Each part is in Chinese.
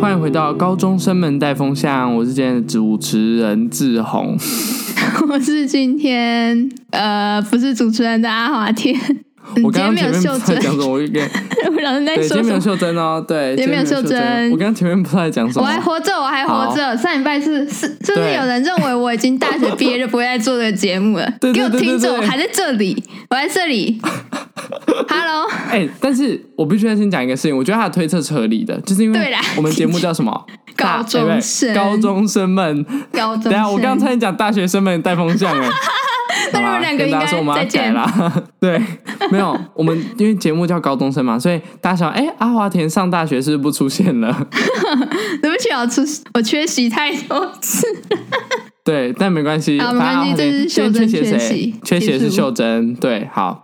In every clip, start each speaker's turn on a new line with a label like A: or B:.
A: 欢迎回到高中生们带风向，我是今天的主持人志宏。
B: 我是今天呃不是主持人的阿华天，你
A: 我
B: 嗯今
A: 刚
B: 天
A: 刚前
B: 没有
A: 面
B: 袖
A: 在
B: 珍，
A: 讲什么？我 一个
B: 我老是在
A: 对，今
B: 说
A: 天没
B: 什
A: 有
B: 么？
A: 袖珍哦，对，
B: 今天没有
A: 袖
B: 袖珍
A: 我刚刚前面不知道在讲什
B: 我
A: 么。
B: 还活着，我还活着。上礼拜是是，就是
A: 对
B: 有人认为我已经大学毕业就不会再做这个节目了，
A: 对对
B: 给我
A: 对对
B: 听着，
A: 对
B: 我还在这里，我在 这里。Hello，
A: 哎、但是我必须要先讲一个事情，我觉得他的推测是合理的，就是因
B: 对
A: 为
B: 啦
A: 我们节目叫什么？大
B: 高中
A: 哎不对
B: 生
A: 高中生们。
B: 高中
A: 等
B: 生。
A: 一下，我刚才讲大学生们带风向 哎、
B: 那
A: 好
B: 你
A: 啦
B: 们两个
A: 跟
B: 应
A: 大家
B: 该
A: 说我们要
B: 再
A: 改
B: 见。
A: 啦。 对，没有，我们因为节目叫高中生嘛，所以大家想，哎、阿华田上大学是不是不出现了？
B: 对不起，啊我出我缺席太多次。
A: 对，但没关系，
B: 好
A: 反正阿华
B: 啊没关
A: 田
B: 系
A: 今天
B: 这
A: 缺席谁
B: 是秀珍缺席？
A: 缺席的是秀珍。对，好。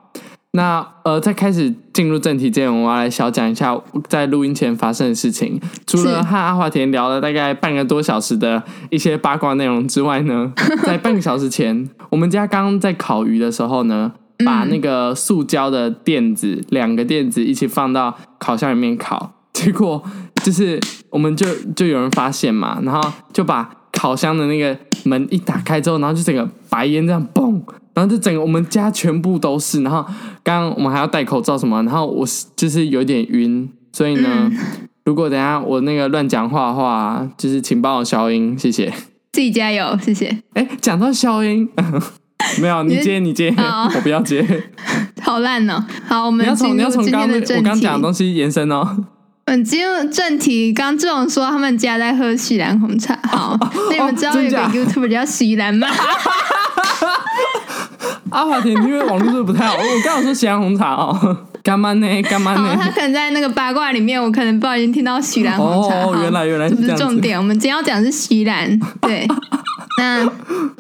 A: 那呃，在开始进入正题之前，我要来小讲一下在录音前发生的事情。除了
B: 是
A: 和阿华田聊了大概半个多小时的一些八卦内容之外呢，在半个小时前，我们家刚刚在烤鱼的时候呢，把那个塑胶的垫子两个垫子一起放到烤箱里面烤，结果就是我们就就有人发现嘛，然后就把烤箱的那个门一打开之后，然后就整个白烟这样嘣，然后就整个我们家全部都是，然后刚刚我们还要戴口罩什么，然后我是就是有点晕，所以呢，
B: 嗯
A: 如果等一下我那个乱讲话的话，就是请帮我消音，谢 谢。
B: 自己加油，谢谢。
A: 哎，讲到消音， 没有你
B: 你
A: 接你接，
B: 哦
A: 我不要接。
B: 好烂哦！好，我
A: 你
B: 们
A: 要
B: 进
A: 从
B: 入
A: 你要从
B: 今
A: 刚刚
B: 天
A: 那
B: 的
A: 我
B: 正
A: 刚刚
B: 题
A: 讲的。东西延伸哦。
B: 嗯，进入正题，刚志勇说他们家在喝喜兰 红茶，好，那你们知道有
A: 哦真
B: 个
A: 假
B: YouTube 叫喜 兰吗？
A: 阿华田，你因为网络是不是不太好，我刚好说喜欢红茶哦， 干嘛呢？干嘛
B: 好，
A: 呢
B: 他？可能在那个八卦里面，我可能不小心听到喜兰红茶。
A: 哦
B: 好
A: 原来原来是
B: 这
A: 这
B: 不是
A: 样子
B: 重点，我们今天要讲的是喜 兰，对。那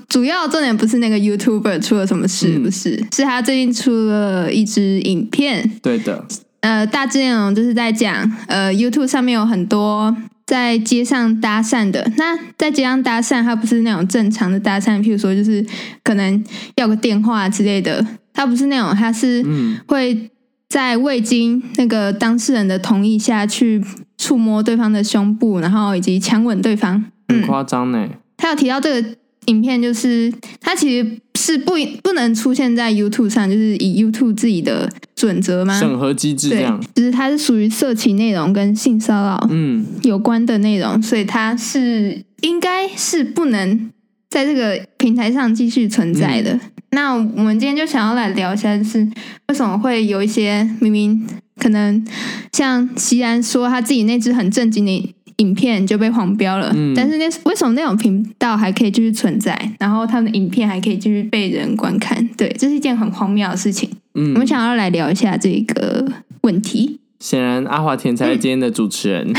B: 主要重点不是那个 YouTuber 出了什么事，
A: 嗯
B: 不是，是他最近出了一支影片，
A: 对的，
B: 呃，大致内容就是在讲，呃，YouTube 上面有很多在街上搭讪的。那在街上搭讪，它不是那种正常的搭讪，譬如说就是可能要个电话之类的，它不是那种，它是
A: 嗯
B: 会在未经那个当事人的同意下去触摸对方的胸部，然后以及强吻对方。
A: 很夸张呢。
B: 他有提到这个影片，就是它其实是不不能出现在 YouTube 上，就是以 YouTube 自己的准则吗？
A: 审核机制这
B: 对
A: 样，，
B: 就是它是属于色情内容跟性骚扰
A: 嗯，
B: 有关的内容，所以它是应该是不能在这个平台上继续存在
A: 嗯
B: 的。那我们今天就想要来聊一下，就是为什么会有一些明明可能像席然说他自己那支很震惊的影片就被黄标了，
A: 嗯
B: 但是那为什么那种频道还可以继续存在，然后他们的影片还可以继续被人观看？对，这是一件很荒谬的事情。
A: 嗯
B: 我们想要来聊一下这个问题。
A: 显然阿华田才
B: 嗯
A: 是今天的主持人。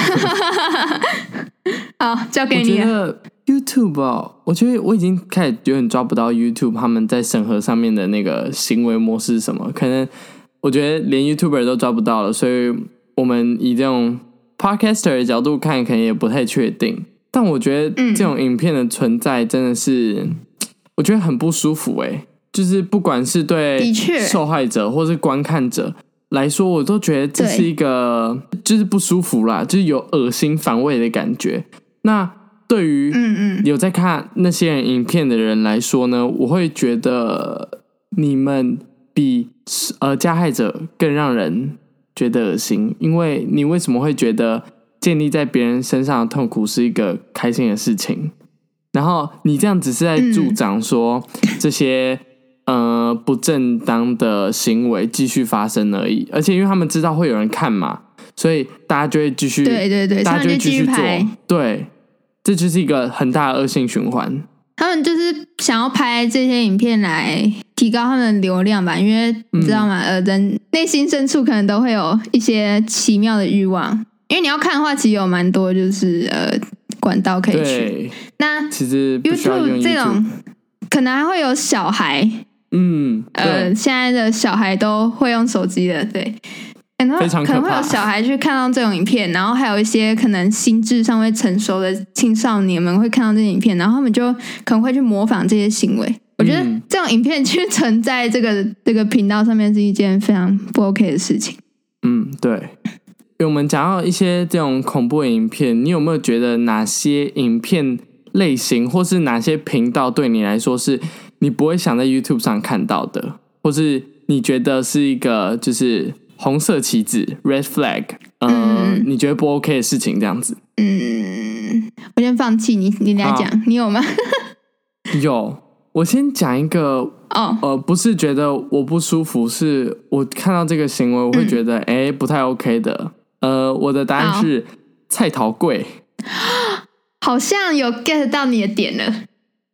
B: 好，哦交给
A: 我
B: 你
A: 觉
B: 啊了。
A: 得 YouTube 哦，我觉得我已经开始有点抓不到 YouTube 他们在审核上面的那个行为模式是什么，可能我觉得连 YouTuber 都抓不到了，所以我们以这种 Podcaster 的角度看，可能也不太确定。但我觉得
B: 嗯
A: 这种影片的存在真的是，我觉得很不舒服诶、就是不管是对
B: 的确
A: 受害者或是观看者来说，我都觉得这
B: 对
A: 是一个就是不舒服啦，就是有恶心反胃的感觉。那对于
B: 嗯嗯，
A: 有在看那些人影片的人来说呢，我会觉得你们比呃加害者更让人觉得恶心，因为你为什么会觉得建立在别人身上的痛苦是一个开心的事情？然后你这样只是在
B: 嗯
A: 助长说这些、呃不正当的行为继续发生而已，而且因为他们知道会有人看嘛，所以大家就会继续
B: 对对对，
A: 大
B: 他
A: 家就会
B: 们就
A: 继
B: 继
A: 续
B: 续
A: 做
B: 拍，，
A: 对，这就是一个很大的恶性循环。
B: 他们就是想要拍这些影片来提高他们的流量吧，因为你知道吗？
A: 嗯
B: 呃，人内心深处可能都会有一些奇妙的欲望，因为你要看的话，其实有蛮多就是呃管道可以去。
A: 对，
B: 那
A: 其实不需要用
B: YouTube 这
A: YouTube，
B: 种。可能还会有小孩，
A: 嗯，
B: 呃，
A: 对，
B: 现在的小孩都会用手机的，对，可能会
A: 非常可
B: 可
A: 怕
B: 能会有小孩去看到这种影片，然后还有一些可能心智尚未成熟的青少年们会看到这些影片，然后他们就可能会去模仿这些行为。我觉得
A: 嗯
B: 这种影片去存 在这个这个频道上面是一件非常不 OK 的事情。
A: 嗯，对。我们讲到一些这种恐怖影片，你有没有觉得哪些影片类型，或是哪些频道对你来说是你不会想在 YouTube 上看到的，或是你觉得是一个就是红色旗帜 （red flag）？、呃、
B: 嗯
A: 你觉得不 OK 的事情这样子？
B: 嗯，我先放弃你，你来讲，你有吗？
A: 有，我先讲一个
B: 哦，
A: 呃，不是觉得我不舒服，是我看到这个行为，我会觉得哎、诶不太 OK 的。呃，我的答案
B: 嗯好
A: 是菜桃贵，
B: 好像有 get 到你的点了，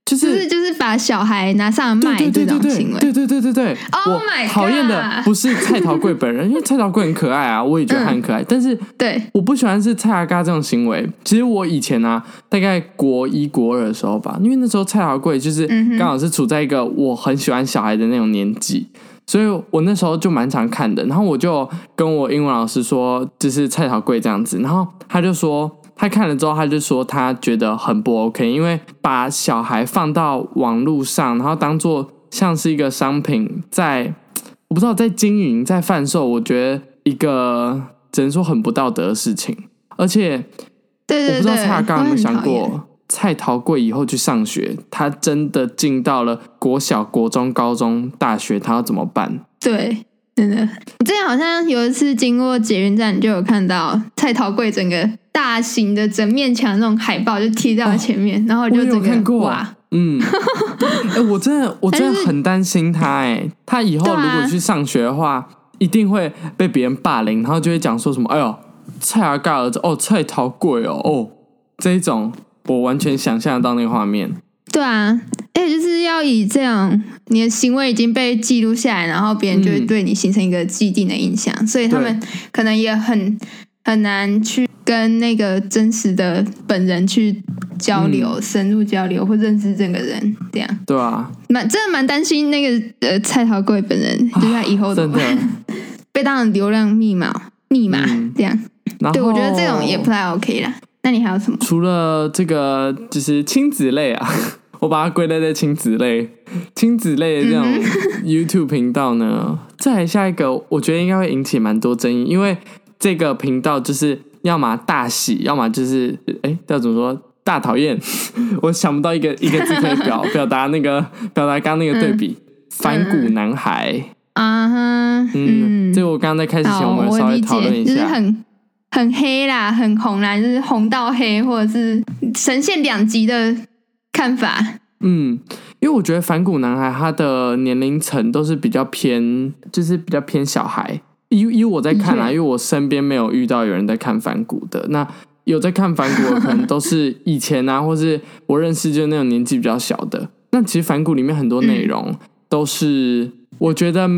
A: 就
B: 就是
A: 是
B: 就是把小孩拿上来
A: 对
B: 卖
A: 对
B: 这
A: 对对
B: 种
A: 对
B: 行为。
A: 对对对对对
B: Oh
A: 我
B: my
A: 讨厌的
B: God
A: 不是菜桃贵本人，因为菜桃贵很可爱啊，我也觉得他很可爱，但是
B: 对，
A: 我不喜欢是蔡阿嘎这种行为。其实我以前啊，大概国一国二的时候吧，因为那时候蔡阿贵就是
B: 嗯哼
A: 刚好是处在一个我很喜欢小孩的那种年纪，所以我那时候就蛮常看的。然后我就跟我英文老师说，就是蔡小贵这样子，然后他就说。他看了之后，他就说他觉得很不 OK，因为把小孩放到网络上，然后当做像是一个商品在我不知道在经营、在贩售，我觉得一个只能说很不道德的事情。而且
B: 对
A: 我
B: 对
A: 不知
B: 对，
A: 道蔡阿刚有没有
B: 很
A: 想
B: 讨厌。
A: 过，蔡桃贵以后去上学，他真的进到了国小、国中、高中、大学，他要怎么办？
B: 对，真的，我之前好像有一次经过捷运站，就有看到蔡桃贵整个大型的整面墙那种海报就贴在我前面，然后
A: 哦我
B: 就
A: 有
B: 整个
A: 看过
B: 哇，，
A: 嗯，哎、我真的我真
B: 但
A: 的
B: 是
A: 很担心他、哎，他以后
B: 对啊
A: 如果去上学的话，一定会被别人霸凌，然后就会讲说什么，哎呦，蔡阿嘎儿子，哦，蔡桃贵哦，哦，这一种，我完全想象得到那个画面。
B: 对啊，而且就是要以这样，你的行为已经被记录下来，然后别人就会
A: 嗯
B: 对你形成一个既定的印象，所以他们可能也很很难去跟那个真实的本人去交流、
A: 嗯
B: 深入交流或认识这个人，这样
A: 对啊，
B: 蛮真的蛮担心那个呃蔡桃贵本人，就是他以后怎
A: 哦真
B: 么
A: 的
B: 办。 被当成流量密码密码、
A: 嗯哦
B: 这样，
A: 然后
B: 对我觉得这种也不太 OK 啦。那你还有什么？
A: 除了这个就是亲子类啊，我把它归类在亲子类，亲子类的这种
B: 嗯
A: YouTube 频道呢，再来下一个，我觉得应该会引起蛮多争议，因为这个频道就是要么大喜，要么就是哎，要怎么说？大讨厌， 我想不到一个一个字可以表表达那个表达刚刚那个对
B: 嗯
A: 比，反骨男孩，
B: 啊哈，
A: 嗯，
B: 嗯，
A: 这个我刚刚在开始前
B: 好，
A: 们稍
B: 我
A: 微
B: 理
A: 讨论一
B: 解，
A: 下，
B: 就是很很黑啦，很红啦，就是红到黑，或者是呈现两极的看法。
A: 嗯，因为我觉得反骨男孩他的年龄层都是比较偏，就是比较偏小孩。以以我在看
B: 的
A: 啊，
B: 确
A: 因为我身边没有遇到有人在看反骨的。那有在看反骨的，可能都是以前啊， 或是我认识就是那种年纪比较小的。那其实反骨里面很多内容都是，我觉得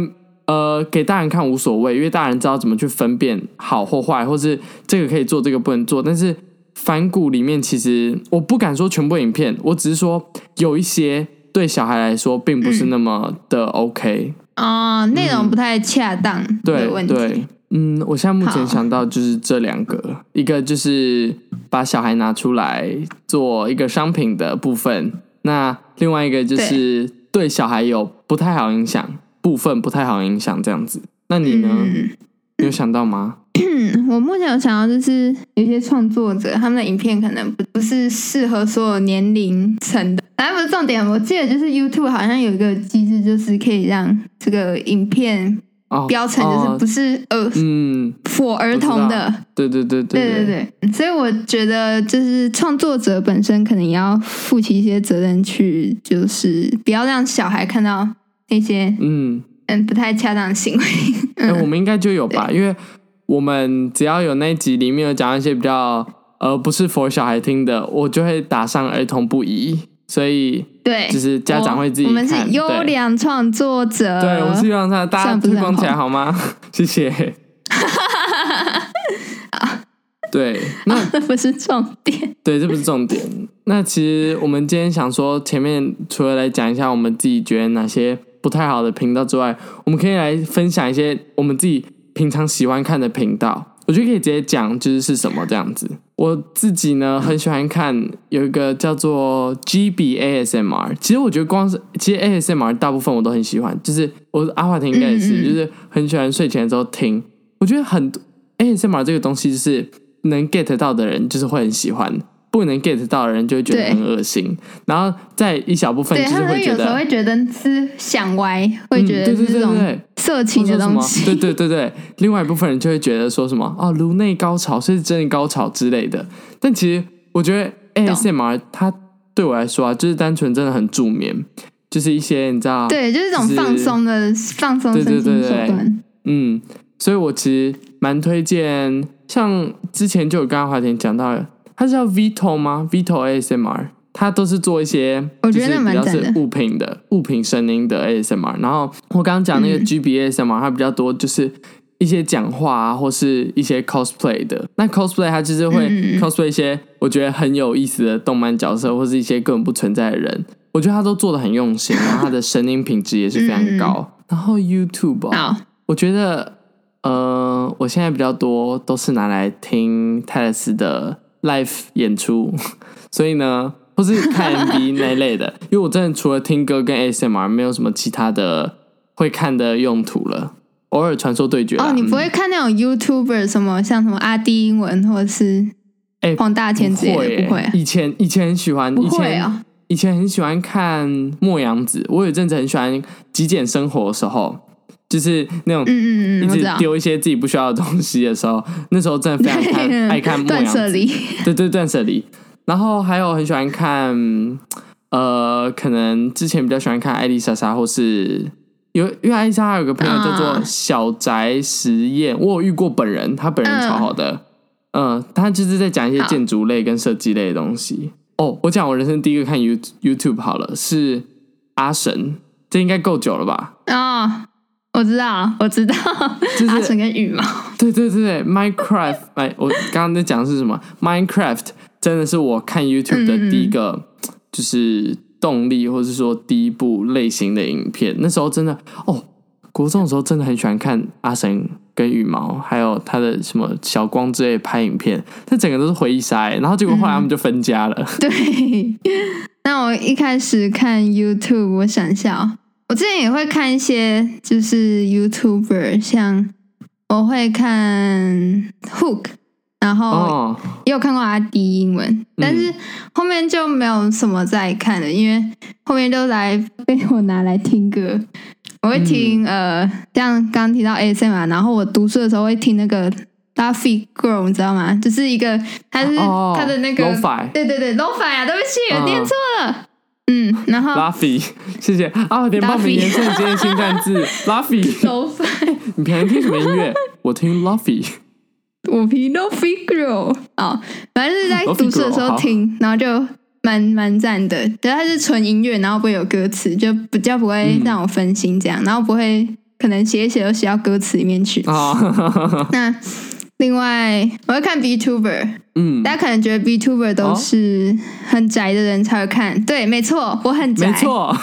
A: 呃，给大人看无所谓，因为大人知道怎么去分辨好或坏，或是这个可以做，这个不能做。但是反骨里面，其实我不敢说全部影片，我只是说有一些对小孩来说并不是那
B: 嗯
A: 么的 OK、
B: 哦，内容不太恰当的
A: 嗯对
B: 问题。
A: 对，嗯，我现在目前
B: 好
A: 想到就是这两个，一个就是把小孩拿出来做一个商品的部分，那另外一个就是对小孩有不太好影响部分，不太好影响这样子。那你呢？
B: 嗯
A: 你有想到吗？
B: 嗯，我目前有想到就是有一些创作者他们的影片可能不不是适合所有年龄层的，反正不是重点。我记得就是 YouTube 好像有一个机制，就是可以让这个影片
A: 哦，
B: 标成就是
A: 哦、
B: 不是呃、
A: 嗯，
B: for 儿童的，
A: 对对对对
B: 对对对，所以我觉得就是创作者本身可能也要负起一些责任去，就是不要让小孩看到那些
A: 嗯，
B: 嗯不太恰当的行为。 嗯
A: 哎、我们应该就有吧，因为我们只要有那一集里面有讲到一些比较呃不是 for 小孩听的，我就会打上儿童不宜，所以
B: 对，哦
A: 就是家长会自己
B: 我我们是
A: 看
B: 优
A: 对
B: 良创作者，
A: 对我们是让他大
B: 虽
A: 家
B: 然不是
A: 推
B: 很
A: 广起来好 吗？谢谢。对，那
B: 这 不是重 点。
A: 对，这不是重点。那其实我们今天想说，前面除了来讲一下我们自己觉得哪些不太好的频道之外，我们可以来分享一些我们自己平常喜欢看的频道。我觉得可以直接讲，就是是什么这样子。我自己呢很喜欢看有一个叫做 GBASMR，其实我觉得光是其实 ASMR 大部分我都很喜欢，就是我阿华田应该也是，
B: 嗯嗯嗯
A: 就是很喜欢睡前的时候听。我觉得很哎、 ASMR 这个东西就是能 get 到的人就是会很喜欢，不能 get 到的人就会觉得很恶心。然后在一小部分
B: 对
A: 就
B: 他
A: 是
B: 们
A: 会觉
B: 有时候
A: 得，
B: 会觉得是想歪，会觉
A: 嗯、
B: 得
A: 对对
B: 是
A: 对
B: 这
A: 对
B: 种
A: 对。
B: 色情的东
A: 或说什么
B: 西。
A: 对对对对，另外一部分人就会觉得说什么哦，颅内高潮是真的高潮之类的。但其实我觉得 ASMR 它对我来说啊，就是单纯真的很助眠，就是一些你知道，
B: 对，就是这种
A: 是
B: 放松的放松
A: 对对
B: 身心
A: 对
B: 手
A: 对
B: 段。
A: 嗯，所以我其实蛮推荐，像之前就有跟阿华田讲到，它是叫 Vito 吗？Vito ASMR，它都是做一些
B: 我
A: 就
B: 觉
A: 是
B: 得那
A: 比
B: 蛮
A: 较
B: 赞的
A: 是物品的物品声音的 ASMR。然后我刚刚讲那个
B: 嗯
A: GB ASMR，、它比较多就是。一些讲话啊，或是一些 cosplay 的，那 cosplay 它就是会
B: 嗯嗯嗯
A: cosplay 一些我觉得很有意思的动漫角色，或是一些根本不存在的人，我觉得他都做的很用心，然后他的声音品质也是非常
B: 嗯嗯嗯
A: 高。然后 YouTube，、哦、
B: 好，
A: 我觉得，呃，我现在比较多都是拿来听泰勒斯的 live 演出， 所以呢，或是看 MV 那一类的，因为我真的除了听歌跟 ASMR，没有什么其他的会看的用途了。偶尔传说对决啦
B: 哦，你不
A: 嗯
B: 会看那种 YouTuber 什么，像什么阿弟英文或者是
A: 哎
B: 黄大千之类
A: 会
B: 的，
A: 耶
B: 不会啊，
A: 以前以前很喜欢，
B: 不
A: 以
B: 会
A: 前
B: 啊。
A: 以前很喜欢看莫阳子，我有一阵子很喜欢极简生活的时候，就是那种
B: 嗯嗯
A: 一
B: 嗯，我知
A: 直
B: 道。
A: 丢一些自己不需要的东西的时候， 那时候真的非常看 爱看莫
B: 断
A: 阳
B: 舍
A: 子，
B: 离，
A: 对对断舍离。然后还有很喜欢看，呃，可能之前比较喜欢看艾丽莎莎，或是有因为艾丽莎莎有个朋友叫做
B: 啊
A: 小宅实验，我有遇过本人，他本人
B: 嗯
A: 超好的，嗯、他就是在讲一些
B: 好
A: 建筑类跟设计类的东西。哦，我讲我人生第一个看 You YouTube 好了，是阿神，这应该够久了吧？
B: 哦，我知道，我知道，
A: 就是
B: 阿纯跟羽毛，
A: 对对对对，Minecraft，哎， 我刚刚在讲的是什么？Minecraft 真的是我看 YouTube
B: 嗯
A: 的第一个，就是动力，或是说第一部类型的影片。那时候真的哦，国中的时候真的很喜欢看阿神跟羽毛，还有他的什么小光之类拍影片，这整个都是回忆杀、欸。然后结果后来他们就分家了，
B: 对。那我一开始看 YouTube，我想一下、哦，我之前也会看一些就是 YouTuber，像我会看 Hook，然后
A: 哦，嗯
B: 也有看过阿迪英文，但是后面就没有什么再看了，因为后面都来被我拿来听歌。我会听、
A: 嗯
B: 呃，像刚刚提到 ASMR，然后我读书的时候会听那个 Duffy Girl，你知道吗？就是一个，它是
A: 哦
B: 嗯它的那个，
A: Lo-fi
B: 对对对，Lo-fi 啊，对不起，
A: 嗯
B: 念错了。嗯，然后
A: 拉菲，谢谢啊！我点报名
B: Luffy
A: 延伸今天新单 字，拉菲，
B: Lo-fi，
A: 你平常听什么音乐？我听 l u f f y
B: 我皮 Duffy Girl，哦，反正是在
A: Lo-fi
B: 读书的时
A: Girl，好
B: 候听，然后就蛮蛮赞的。主要它是纯音乐，然后不会有歌词，就比较不会
A: 嗯
B: 让我分心这样，然后不会可能写一写又写到歌词里面去。
A: 啊，
B: 那另外，我会看 Btuber，
A: 嗯，
B: 大家可能觉得 Btuber 都是很宅的人才会看，对，没错，我很宅，
A: 没， 错。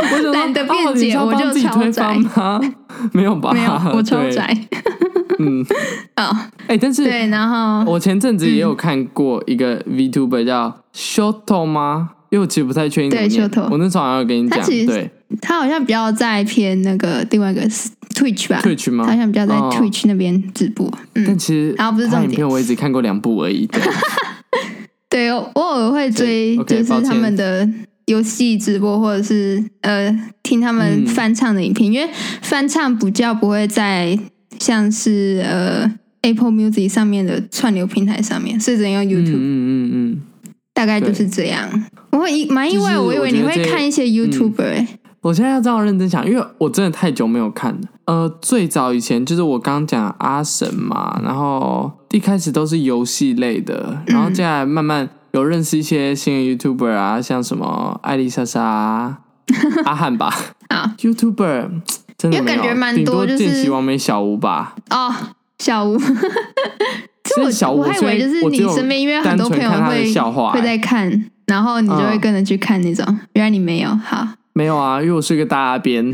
A: 我想
B: 懒得辩解我就
A: 自己
B: 超
A: 推
B: 宅
A: 翻吗？ 没有吧？
B: 没有，我 超
A: 对。
B: 宅。
A: 嗯，
B: 哦，
A: 哎，但是
B: 对，嗯然后
A: 我前阵子也有看过一个 VTuber 叫 Shoto 吗？因为我其实不太确定怎么
B: 对
A: 念。
B: ，Shoto
A: 我那时候好像有跟你讲
B: 他，其实
A: 对
B: 他好像比较在偏那个另外一个 Twitch 吧，
A: Twitch 吗
B: 他好？像比较在
A: 哦
B: Twitch 那边直播。
A: 但
B: 嗯，
A: 其实
B: 啊不是
A: 他
B: 重
A: 影
B: 点
A: 片我也只看过两部而已。 对
B: 对，我偶尔会追
A: 对，，OK，
B: 就是
A: 抱歉
B: 他们的游戏直播，或者是呃听他们
A: 嗯
B: 翻唱的影片，因为翻唱比较不会在像是呃 Apple Music 上面的串流平台上面，所以只能用
A: 嗯
B: YouTube，、
A: 嗯嗯嗯。
B: 大概就是这样。我会意蛮意外，
A: 就是
B: 我以为
A: 我觉
B: 你
A: 得
B: 会
A: 这嗯
B: 看一些 YouTuber 哎、
A: 我现在要这样认真想，因为我真的太久没有看了。呃，最早以前就是我刚讲阿神嘛，然后一开始都是游戏类的，然 后接下来慢慢有认识一些新的 YouTuber 啊，像什么艾丽莎莎啊、 阿汉吧
B: 啊
A: ，YouTuber 真的没
B: 因为感觉蛮
A: 顶
B: 多
A: 多
B: 就是
A: 见习王美小吴吧。
B: 哦，小吴，
A: 其实小吴，
B: 我还以为就是
A: 所以
B: 你
A: 我只有
B: 身边，因为很多朋友
A: 单纯看他的
B: 会
A: 笑话欸
B: 会在看，然后你就会
A: 嗯
B: 跟着去看那种。原来你没有，好，
A: 没有啊，因为我是个大阿 边。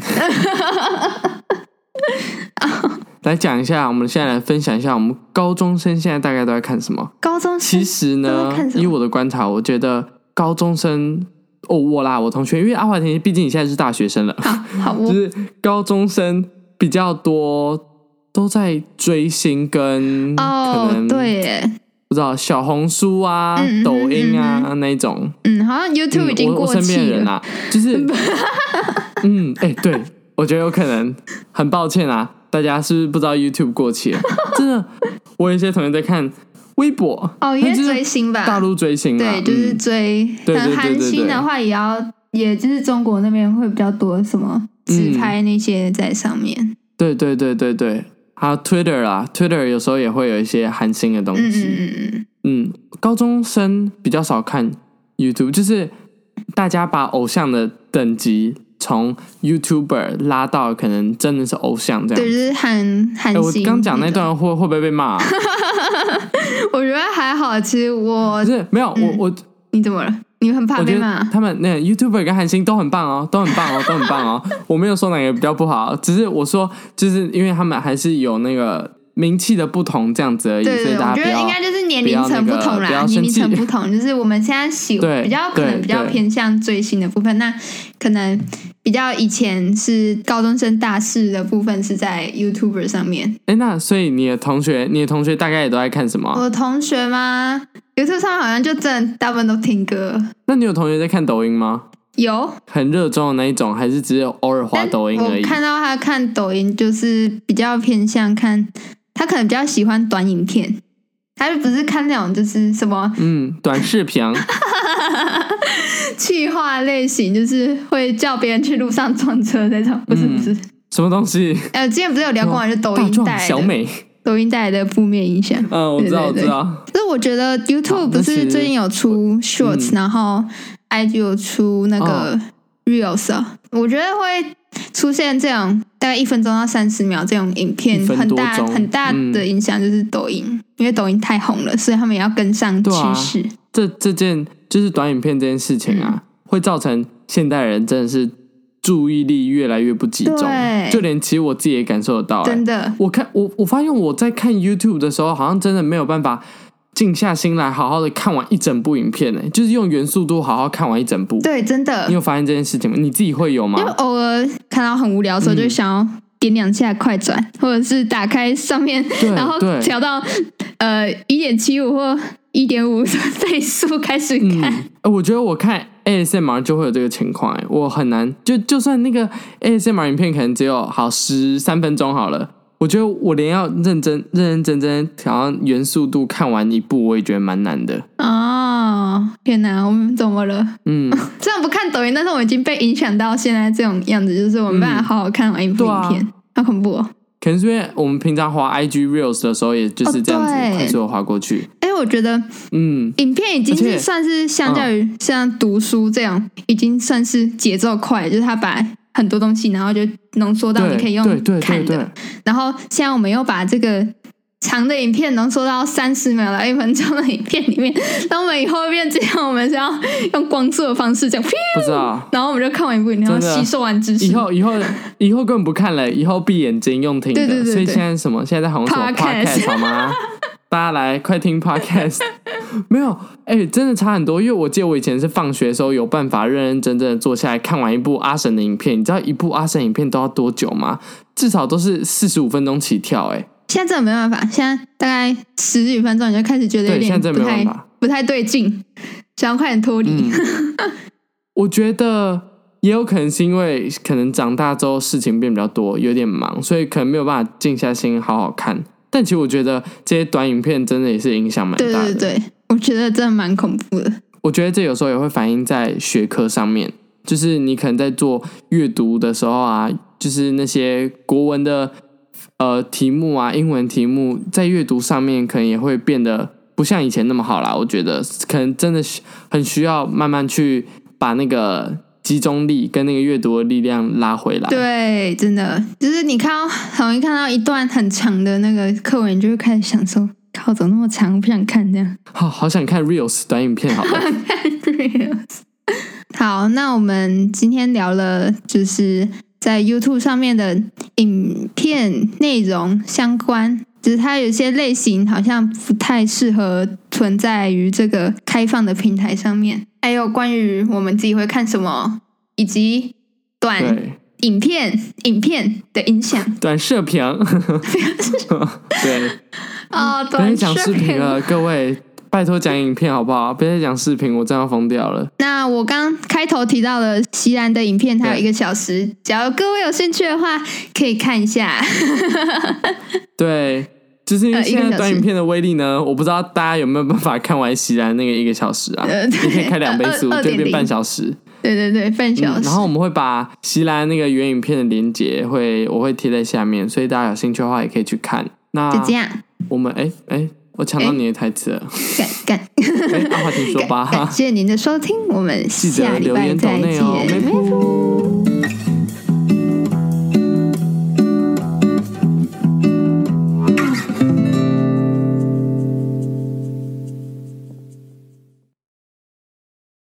A: 来讲一下，我们现在来分享一下，我们高中生现在大概都在看什么？
B: 高中生
A: 其实
B: 都
A: 呢
B: 在看，什么
A: 以我的观察，我觉得高中生，哦，我啦，我同学，因为阿华田，
B: 哦
A: 毕竟你现在是大学生了，
B: 好好，
A: 就
B: 我
A: 是高中生比较多都在追星跟可
B: 哦
A: 能，
B: 对耶，
A: 不知道小红书啊、
B: 嗯嗯嗯
A: 抖音啊、那一种。
B: 嗯，好像 YouTube
A: 嗯
B: 已经
A: 我
B: 过
A: 我身边
B: 气
A: 的人
B: 了，
A: 啊，就是 嗯，哎、对，我觉得有可能，很抱歉啊，大家是不是不知道 YouTube 过期了？ 真的，我有一些同学在看微博，
B: 哦，因为
A: 那就是
B: 追星吧，
A: 大陆追星啊，
B: 对，就是
A: 嗯
B: 追。
A: 对对
B: 可能
A: 对
B: 韩
A: 对
B: 星
A: 对
B: 的话，也要，也就是中国那边会比较多什么
A: 嗯
B: 自拍那些在上面。
A: 对对对对对，还有 Twitter 啦，Twitter 有时候也会有一些韩星的东
B: 嗯
A: 西，
B: 嗯嗯嗯，
A: 嗯，高中生比较少看 YouTube，就是大家把偶像的等级从 YouTuber 拉到可能真的是偶像这样
B: 对，。就是韩韩
A: 哎、我
B: 星。
A: 刚讲那，段会会不会被骂、 啊？
B: 我觉得还好。其实我
A: 不是没有，我
B: 嗯
A: 我
B: 你怎么了？你很怕
A: 我
B: 被
A: 觉
B: 骂
A: 得？他们那个 YouTuber 跟韩星都很棒哦，都很棒哦，都很 棒哦。我没有说哪个比较不好，只是我说就是因为他们还是有那个名气的不同这样子而已，
B: 对
A: 所
B: 对，
A: 以
B: 我
A: 大家
B: 觉
A: 不
B: 得
A: 要
B: 应该就是年
A: 不
B: 龄
A: 要
B: 层
A: 那
B: 不
A: 个
B: 同
A: 不
B: 啦，
A: 要
B: 年龄
A: 生
B: 层
A: 气
B: 不同， 就是我们现在喜
A: 对
B: 比较可
A: 对
B: 能比较
A: 对
B: 偏向追星的部分，那可能比较以前是高中生大事的部分是在 YouTuber 上面。
A: 哎、那所以你的同学，你的同学大概也都在看什么啊？
B: 我同学吗？YouTube 上好像就真的大部分都听歌，
A: 那你有同学在看抖音吗？
B: 有，
A: 很热衷的那一种，还是只有偶尔滑
B: 但
A: 抖音而
B: 我
A: 已？
B: 看到他看抖音，就是比较偏向看，他可能比较喜欢短影片，他就不是看那种就是什么
A: 嗯，短视 频。
B: 气话类型，就是会叫别人去路上撞车那种，不是
A: 嗯
B: 不是。
A: 什么东西？
B: 呃，之前不是有聊过吗，就抖
A: 大
B: 音带
A: 壮
B: 来的
A: 小美，
B: 抖音带来的负面影响。
A: 嗯，我知道，我
B: 对对对
A: 知道，
B: 可是我觉得
A: 好
B: YouTube
A: 哦那嗯
B: 不
A: 其
B: 是
A: 实
B: 最近有出 Shorts，、然后 IG 有出那
A: 哦
B: 个 Reels，、啊我觉得会出现这种大概一分钟到三十秒这种影片
A: 一，分
B: 很
A: 多
B: 大
A: 钟
B: 很大
A: 嗯
B: 的影响就是抖音，因为抖音太红了，所以他们也要跟上
A: 对
B: 趋
A: 啊
B: 势。
A: 这这件就是短影片这件事情
B: 嗯
A: 啊，会造成现代人真的是注意力越来越不集中，
B: 对
A: 就连其实我自己也感受得到、欸
B: 真。的，
A: 我看我我发现我在看 YouTube 的时候，好像真的没有办法静下心来好好的看完一整部影片呢、欸就是用原速度好好看完一整部。
B: 对，真的
A: 你，有发现这件事情吗？你自己会有吗
B: 因为？偶尔看到很无聊的时候，
A: 嗯
B: 就想要点两下快转，或者是打开上面，
A: 对
B: 然后
A: 对
B: 调到呃一点七五或一点五倍速开始
A: 嗯
B: 看。，
A: 呃我觉得我看 ASMR 就会有这个情况、欸，我很难就就算那个 ASMR 影片可能只有好十三分钟好了，我觉得我连要认真认认真真调到原速度看完一部，我也觉得蛮难的。
B: 哦，天哪，我们怎么了？
A: 嗯，
B: 虽然不看抖音，但是我已经被影响到现在这种样子，就是我没办法
A: 嗯
B: 好好看完一部
A: 对
B: 影
A: 啊
B: 片，好恐怖哦！
A: 可能是因为我们平常滑 IG Reels 的时候，也就是这样子
B: 哦对
A: 快速的滑过去。
B: 哎，我觉得
A: 嗯，
B: 影片已经
A: 而且
B: 是算是相较于像读书这样，已经算是节奏快，就是它把很多东西，然后就浓缩到
A: 对
B: 你可以用
A: 对对对
B: 看的。
A: 对，
B: 然后现在我们又把这个长的影片浓缩到三十秒到一分钟的影片里面，那我们以后会变这样，我们是要用光速的方式 这样，
A: 不知道。
B: 然后我们就看完一部影片，然
A: 真的
B: 后吸收完知识
A: 啊以。后以后以后根本不看了，以后闭眼睛用听的。
B: 对对对
A: 所以
B: 对
A: 现在什么？现在在红什么
B: Podcast
A: podcast 好 吗？大家来快听 podcast。没有，哎、真的差很多。因为我记得我以前是放学的时候有办法认认真真的坐下来看完一部阿神的影片。你知道一部阿神影片都要多久吗？至少都是四十五分钟起跳、哎，
B: 现在真的没办法，现在大概十几分钟你就开始觉得有
A: 对
B: 点
A: 现在真的
B: 不
A: 没
B: 太
A: 办法嗯
B: 不太对劲，想要快点脱离。嗯
A: 我觉得也有可能是因为可能长大之后事情变比较多，有点忙，所以可能没有办法静下心好好看。但其实我觉得这些短影片真的也是影响蛮大
B: 对
A: 的。
B: 对对，我觉得真的蛮恐怖的。
A: 我觉得这有时候也会反映在学科上面，就是你可能在做阅读的时候啊，就是那些国文的呃题目啊、英文题目，在阅读上面可能也会变得不像以前那么好啦。我觉得可能真的需很需要慢慢去把那个集中力跟那个阅读的力量拉回来。
B: 对，真的就是你看到很容易看到一段很长的那个课文，你就会开始想说：靠，怎么那么长？我不想看这样。
A: 好好想看 reels 短影片，好 了，
B: 好，那我们今天聊了就是在 YouTube 上面的影片内容相关，就是它有些类型好像不太适合存在于这个开放的平台上面。还有关于我们自己会看什么，以及短
A: 对
B: 影片影片的影响
A: 短视频， 对，
B: 哦，
A: 不要再
B: 短
A: 讲视频了，各位， 拜托讲影片好不好？别再讲视频，我真要疯掉了。
B: 那呃我刚开头提到了席兰的影片，它有
A: 对
B: 一个小时，假如各位有兴趣的话，可以看一下。
A: 对，就是因为
B: 呃一个
A: 现
B: 小
A: 在
B: 时
A: 短影片的威力呢，我不知道大家有没有办法看完席然那个一个小时啊，
B: 呃，
A: 你可以
B: 对，
A: 开两倍
B: 呃
A: 速，
B: 二
A: 就
B: 点
A: 变
B: 零，
A: 半小时。嗯
B: 对对对，半小时。
A: 然后我们会把席兰那个原影片的连接会我会贴在下面，所以大家有兴趣的话也可以去看。那
B: 就这样，
A: 我们哎哎，我抢到
B: 哎
A: 你的台词了，
B: 感感
A: 哎，阿华庭说吧
B: 感，感谢您的收听，我们
A: 记得
B: 下礼
A: 留
B: 拜
A: 言抖
B: 再
A: 内
B: 见。
A: 哦，没谱。